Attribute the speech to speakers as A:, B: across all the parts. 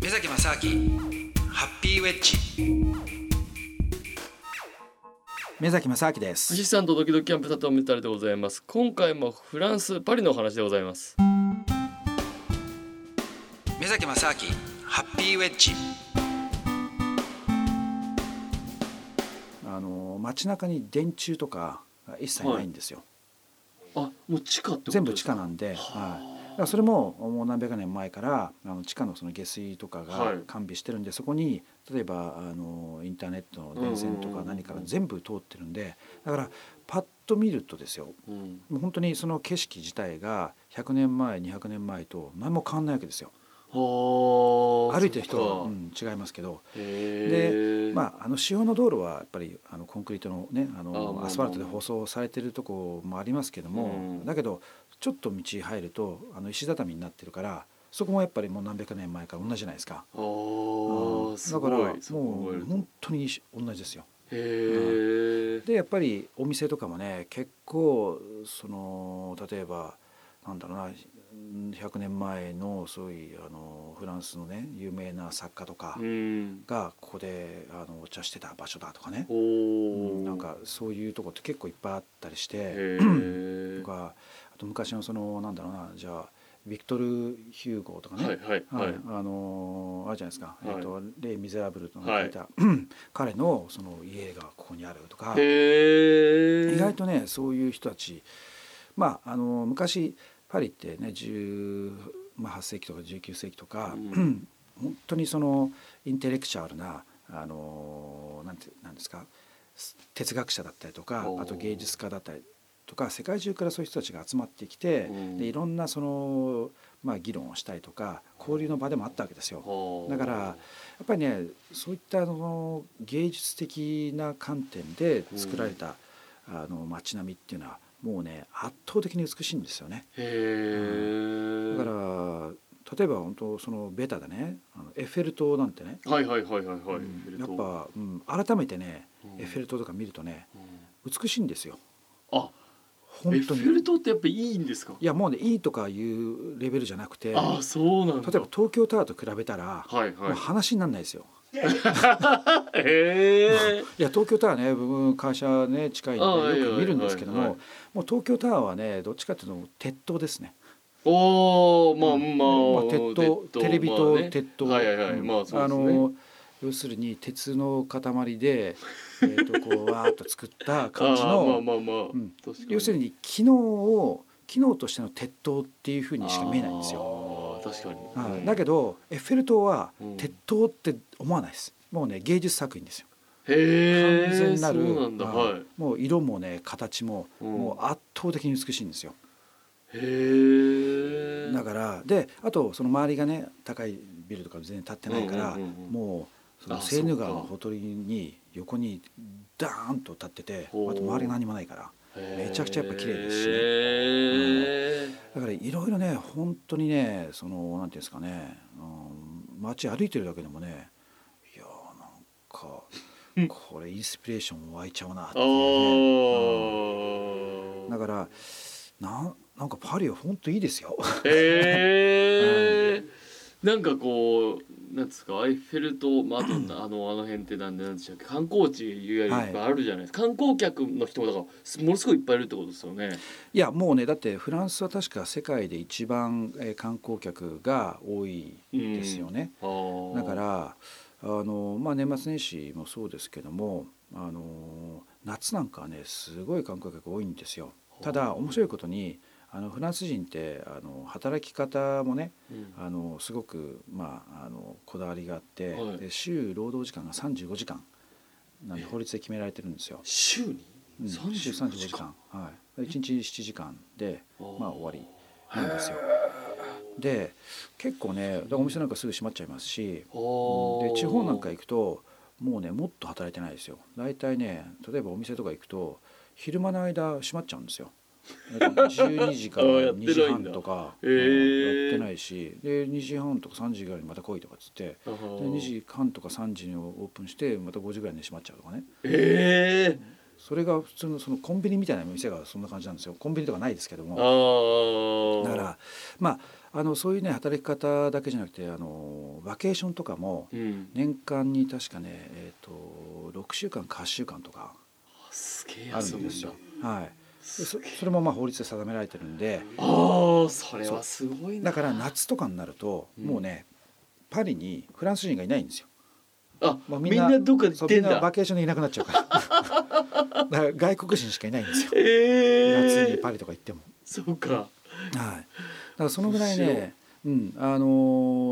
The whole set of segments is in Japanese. A: 目崎正明ハッピーウェッジ目崎正明です
B: アシスタントドキドキキャンプ佐藤メタルでございます今回もフランスパリのお話でございます
A: 目崎正明ハッピーウェッジあの街中に電柱とか一切ないんですよ、
B: あ、もう地下ってことですか
A: 全部地下なんで、はいだからそれももう何百年前からあの地下のその下水とか
B: は
A: が
B: い
A: 完備してるんで、そこに例えばあのインターネットの電線とか何かが全部通ってるんでだからパッと見るとですよ
B: うん、
A: もう本当にその景色自体が100年前200年前と何も変わんないわけですよ
B: はあ
A: 歩いてる人
B: そっ
A: は、
B: か
A: うん、違いますけど、
B: へえ
A: まあ、あの主要の道路はやっぱりあのコンクリートの,、ね、あ
B: あまあま
A: の
B: あ
A: アスファルトで舗装されてるとこもありますけども、
B: うん
A: だけどちょっと道入るとあの石畳になってるからそこもやっぱりもう何百年前から同じじゃないですか。
B: あー
A: うん
B: す
A: だ
B: ご
A: か
B: い
A: らも
B: そこ覚え
A: う
B: る
A: 本当に同じですよ。
B: へえ
A: でやっぱりお店とかもね結構その例えばなんだろうな100年前のそういうあのフランスのね有名な作家とか
B: うん
A: がここであのお茶してた場所だとかね、
B: お
A: う
B: お、
A: んなんかそういうとこって結構いっぱいあったりして
B: へ
A: と
B: えは
A: かあと昔のそのなんだろうなじゃあビクトル・ヒューゴーとか
B: い
A: ね、
B: はいはい、
A: はいあのーあるじゃないですか「
B: はい
A: えっとレイ・ミゼラブル」とか書いた、彼のその家がここにあるとか
B: へえ
A: 意外とねそういう人たちまああのー昔パリってね18世紀とか19世紀とか、
B: うん
A: 本当にそのインテレクチャルなあのーなんてなんですかす哲学者だったりとか
B: おー
A: あと芸術家だったりとか世界中からそういう人たちが集まってきて、
B: うん
A: でいろんなその、まあ、議論をしたりとか交流の場でもあったわけですよ。
B: はあ
A: だからやっぱりねそういったあの芸術的な観点で作られた、あの街並みっていうのはもうね圧倒的に美しいんですよね。
B: へえ
A: だから例えば本当そのベタでねあのエッフェル塔なんてね、
B: はいはいはいはいは
A: うん
B: い、エッフェル
A: やっ
B: 塔
A: ぱ、うん、改めてね
B: うん
A: エッフェル塔とか見るとね
B: うん
A: 美しいんですよ
B: あ
A: 本当
B: エッフェル
A: に。
B: 塔ってやっぱいいんですか
A: いやもうねいいとかいうレベルじゃなくて例え
B: あ
A: ば
B: あそうなんだ
A: 東京タワーと比べたら、
B: はい
A: も
B: は
A: う話にならないですよ。
B: いへえ
A: いや東京タワーね僕会社ね近いんで
B: ああ
A: よく見るんですけど
B: はいはい
A: ももう東京タワーはねどっちかっていうと鉄塔ですね
B: おおまあまあ、
A: まあ鉄塔テレビ
B: ま
A: 塔
B: あね
A: 鉄塔
B: はいはいはい
A: うん
B: まあそうで
A: あ
B: すね
A: の要するに鉄の塊 でえーとこうわーっと作った感じ
B: ああまあ
A: の
B: まあまあ、
A: うん
B: 確かに
A: 要するに機能を機能としての鉄塔っていうふうにしか見えないんですよ
B: ああ確かに、
A: はいだけ
B: ど
A: どエッフェル塔は
B: うん
A: 鉄塔って思わないですもうね芸術作品ですよ
B: へ
A: 完
B: え
A: 全なる
B: そうなんだ
A: は
B: はい
A: いもう色もね形も
B: うん
A: もう圧倒的に美しいんですよ
B: へえ
A: だからであとその周りがね高いビルとか全然建ってないから、
B: うんうんうんうん
A: もうその
B: あ
A: セーヌ
B: そっか
A: 川のほとりに横にダーンと立っててあ
B: ほう
A: と周り何もないからめちゃくちゃやっぱ綺麗ですしね
B: へえ
A: だからいろいろね本当にねそのなんていうんですかね、うん、街歩いてるだけでもねいやーなんか
B: うん
A: これインスピレーション湧いちゃうなっ
B: あ
A: て
B: あ
A: いうね、うんだ
B: か
A: からなんなんかパリは本当いいですよ。
B: へえ、なんかこうなんですかエッフェル塔、まあ、あと なあのあの辺ってなんでなんでしたっけ観光地いわゆる
A: はい
B: いっぱいあるじゃないですか、観光客の人もだからすものすごいいっぱいいるってことですよね。
A: いやもうねだってフランスは確か世界で一番、えー観光客が多いですよね、
B: あー
A: だからあの、まあ、年末年始もそうですけどもあの夏なんかはねすごい観光客多いんですよただ面白いことにあのフランス人ってあの働き方もね
B: うん
A: あのすごく、まあ、あのこだわりがあって、
B: はい
A: で週労働時間が35時間なんで
B: え
A: 法律で決められてるんですよ。
B: 週に
A: うん
B: 35
A: 週
B: 時間
A: 35時間、はい、1日7時間で、まあ、終わりなんですよ。で結構ねだからお店なんかすぐ閉まっちゃいますし、
B: あ
A: うん
B: ー
A: で地方なんか行くともうねもっと働いてないですよ大体ね例えばお店とか行くと昼間の間閉まっちゃうんですよだから12時から
B: あーやってないん
A: 2時
B: だ
A: 半とか
B: へー
A: うんやってないしで2時半とか3時ぐらいにまた来いとかっつって
B: あ
A: で
B: ー
A: 2時半とか3時にオープンしてまた5時ぐらいに閉まっちゃうとかね
B: ええ
A: それが普通のそのコンビニみたいな店がそんな感じなんですよコンビニとかないですけども
B: ああ
A: だからまああのそういうね働き方だけじゃなくてあのバケーションとかも
B: うん
A: 年間に確かね、えー、と6週間か8週間とか
B: あすげえ
A: ある
B: 休む
A: ん
B: ん
A: で
B: だ
A: すよ。はい、ですそそれもまあ法律で定められてるんで
B: ああそれはすごいな
A: だから夏とかになると
B: うん
A: もうね、パリにフランス人がいないんですよ。
B: あ
A: もう
B: みんなどっかで行
A: そ
B: っ
A: うみ
B: て
A: ん
B: ん
A: なバ
B: だ
A: ケーションでいなくなっちゃうから だから外国人しかいないんですよ、夏
B: ええ
A: にパリとか行っても。
B: そうか
A: はい、だからそのぐらい
B: 面白い
A: ね、うんあの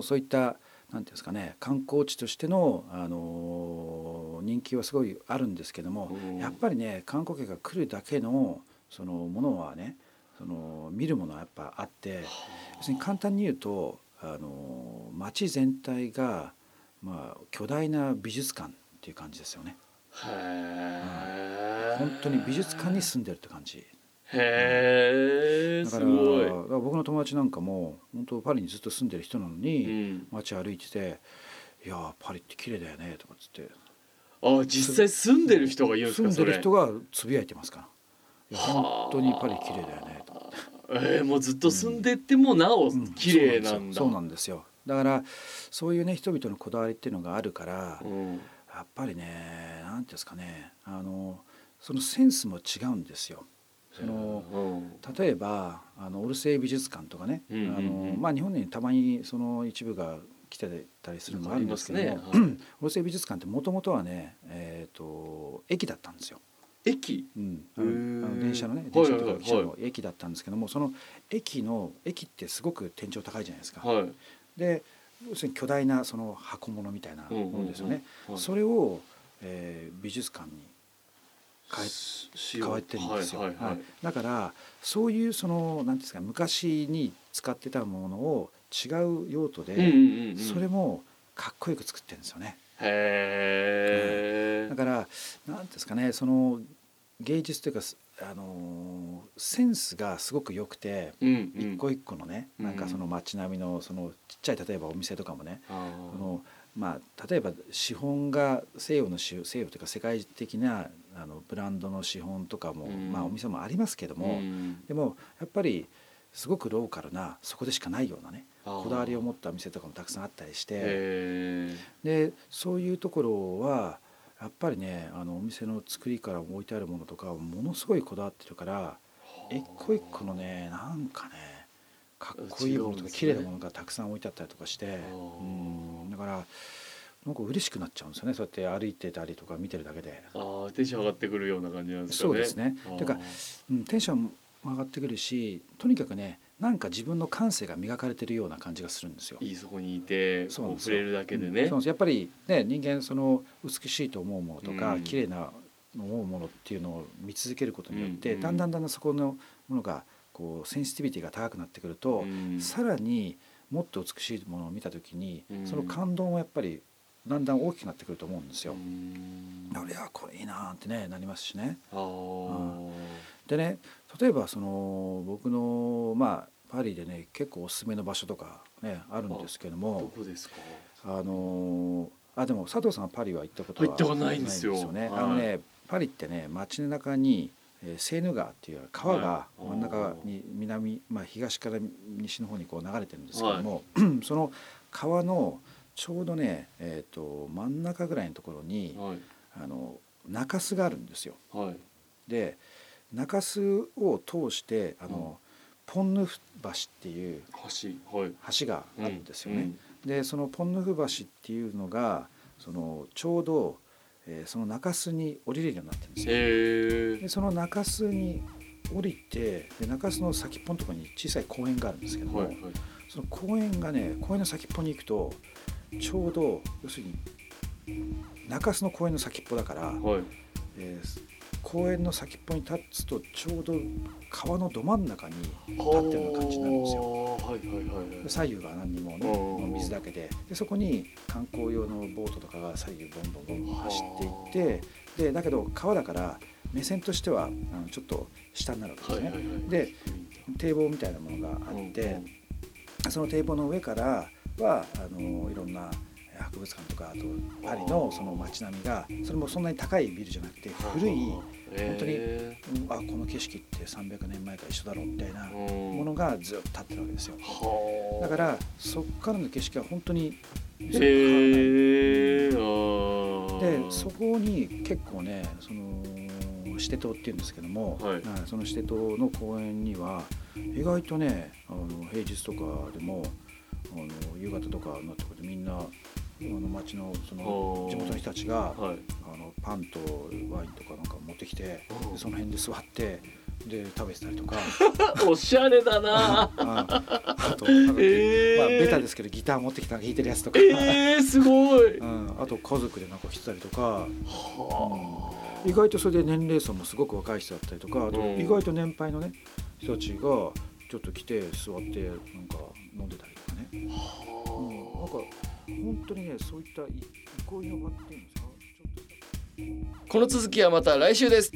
A: ーそういったなんていうんですかね観光地としての、あのー人気はすごいあるんですけども、
B: うん
A: やっぱりね観光客が来るだけのそのものはねその見るものはやっぱあって別に簡単に言うと、あのー街全体が、まあ、巨大な美術館っていう感じですよね
B: へえ
A: 本当に美術館に住んでるって感じ。
B: へえ
A: だか
B: す
A: ら
B: ごい
A: だから僕の友達なんかも本当パリにずっと住んでる人なのに、
B: うん
A: 街歩いてて「いやーパリって綺麗だよね」とかっつって
B: あ実際住んでる人が言うんです
A: 住
B: か
A: ん
B: そ
A: で
B: れ
A: る人がつぶやいてますから「いや
B: はあ
A: 本当にパリ綺麗だよね」とか
B: えー、もうずっと住んでてもなお
A: うん
B: 綺麗なんだ
A: そうなんですよそうなんですよだからそういうね人々のこだわりっていうのがあるから、
B: うん
A: やっぱりね何ていうんですかねあのそのセンスも違うんですよ。その
B: うん
A: 例えばあのオルセイ美術館とかね、
B: うんうんうん
A: あのまあ、日本にたまにその一部が来てたりするのがあるんですけども、
B: ありますねはい
A: オルセイ美術館ってもともとはね、えー、と駅だったんですよ、
B: 駅
A: うん、あ
B: へー
A: のあの電車のね
B: はい
A: 電
B: はい
A: 車
B: はい
A: とか汽車の駅だったんですけどもその駅の駅ってすごく天井高いじゃないですか。
B: はい
A: で要するに巨大なその箱物みたいなものですよね。
B: はい
A: それを、えー美術館に変え
B: し
A: 変わってるんですよ。
B: はいはいは
A: はいだからそういうそのなんていうんですか昔に使ってたものを違う用途で、
B: い、うんうんうんうん、
A: それもかっこよく作ってるんですよね。
B: へえ、
A: だからなんていうんですかねその芸術というかすあのーセンスがすごく良くて。
B: うんうん、
A: 一個一個のね、なんかその街並みのそのちっちゃい例えばお店とかもね、
B: あー
A: このまあ、例えば資本が西洋の資西洋というか世界的なあのブランドの資本とかも、
B: うん
A: まあ、お店もありますけども、
B: うん
A: でもやっぱりすごくローカルなそこでしかないようなね
B: あー
A: こだわりを持った店とかもたくさんあったりして
B: へえ
A: でそういうところはやっぱりねあのお店の作りから置いてあるものとかものすごいこだわってるから一個一個のねなんかねかっこいいものと
B: 違うん
A: か
B: ですね
A: 綺麗なものがたくさん置いてあったりとかして
B: あー
A: うんだからなんか嬉しくなっちゃうんですよねそうやって歩いてたりとか見てるだけで。
B: あーテンション上がってくるような感じなんですかね
A: そうですね
B: あー
A: てかうん、テンションも上がってくるしとにかくねなんか自分の感性が磨かれてるような感じがするんですよ。
B: いいそこにいて
A: そうな
B: こ
A: ん
B: う
A: です
B: 触
A: よ
B: れるだけでね、
A: うんそうなんですやっぱりね人間その美しいと思うものとか、
B: うん
A: 綺麗な思うものっていうのを見続けることによって、
B: うん
A: だんだんだんだんそこのものがこうセンシティビティが高くなってくると、
B: うん
A: さらにもっと美しいものを見た時に、
B: うん
A: その感動もやっぱりだんだん大きくなってくると思うんですよ。
B: うん
A: あれはこれいいなーってねなりますしね。
B: あー
A: でね例えばその僕のまあパリでね結構おすすめの場所とかねあるんですけど
B: ど
A: も
B: こですか
A: あのーあでも佐藤さんはパリは行ったことは
B: 行ったことないんですよ
A: なね
B: はい
A: あのねパリってね街の中に、えーセーヌ川っていう川が
B: はい
A: 真ん中に南、まあ、東から西の方にこう流れてるんですけども、 その川のちょうどね、えー、と真ん中ぐらいのところに
B: はい
A: あの中州があるんですよ。
B: はい
A: で中州を通してあの、ポンヌフ橋っていう
B: 橋はい
A: 橋があるんですよね。
B: うん
A: でそのポンヌフ橋っていうのがそのちょうど、えーその中州に降りれるようになってるんですよ。
B: へえ
A: でその中州に降りてで中州の先っぽのところに小さい公園があるんですけども、
B: はいはい
A: その公園がね公園の先っぽに行くとちょうど要するに中州の公園の先っぽだから。
B: はい
A: えー公園の先っぽに立つとちょうど川のど真ん中に立ってるような感じになるんですよ。
B: あーはいはいはいはい
A: 左右が何にもね
B: うんうんうん
A: 水だけででそこに観光用のボートとかが左右ボンボンボンボン走っていってでだけど川だから目線としてはあのちょっと下になるわけです
B: はい
A: ね。
B: はいはい
A: で堤防みたいなものがあって、その堤防の上からはあのいろんな、博物館とかあとパリのその街並みがそれもそんなに高いビルじゃなくて古いうん
B: 本
A: 当にあこの景色って300年前から一緒だろうみたいなも
B: も
A: のがずっと立ってるわけですよ
B: は
A: だからそこからの景色は本当に
B: へ
A: 全部変わらない
B: えあ
A: で
B: ー
A: そこに結構ねそのシテ島っていうんですけども、
B: はい
A: そのシテ島の公園には意外とねあの平日とかでもあの夕方とかになってくるとみんなあの町のその
B: あー
A: 地元の人たちが
B: はい
A: あのパンとワインとかなんか持ってきてで
B: うん
A: その辺で座ってで食べてたりとか
B: おしゃれだな
A: ああとなんか、
B: えー
A: まあ、ベタですけどギター持ってきたの弾いてるやつとか、
B: えー、すごい
A: うん、あと家族でなんか来てたりとか。
B: は
A: 意外とそれで年齢層もすごく若い人だったりとかあと
B: うん
A: 意外と年配のね人たちがちょっと来て座ってなんか飲んでたりとかね、
B: あ
A: うん、なんか本当にねそういったい憩いの場っていうんですかちょっとした
B: この続きはまた来週です